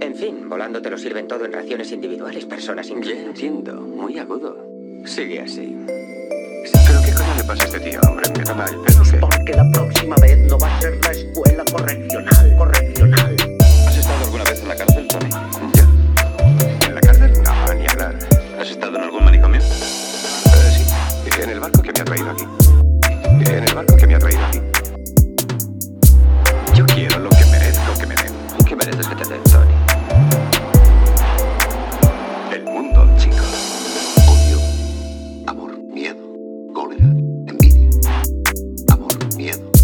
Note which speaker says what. Speaker 1: En fin, volando te lo sirven todo en raciones individuales, personas
Speaker 2: Ya
Speaker 1: incluidas.
Speaker 2: entiendo, muy agudo. Sigue así. ¿Pero qué coño le pasa a este tío, hombre? Me tapa el pelo, ¿qué?
Speaker 3: Porque la próxima vez no va a ser la escuela correccional, correccional.
Speaker 4: ¿Has estado alguna vez en la cárcel, Tony?
Speaker 2: ¿Ya? ¿En la cárcel? No, ni hablar.
Speaker 4: ¿Has estado en algún manicomio?
Speaker 2: Eh, sí, en el barco que me ha traído aquí. En el barco que me ha traído aquí. Yo quiero lo que merezco que me den. ¿Qué mereces que te den, Tony? El mundo, chicos. Odio, amor, miedo, cólera, envidia. Amor, miedo,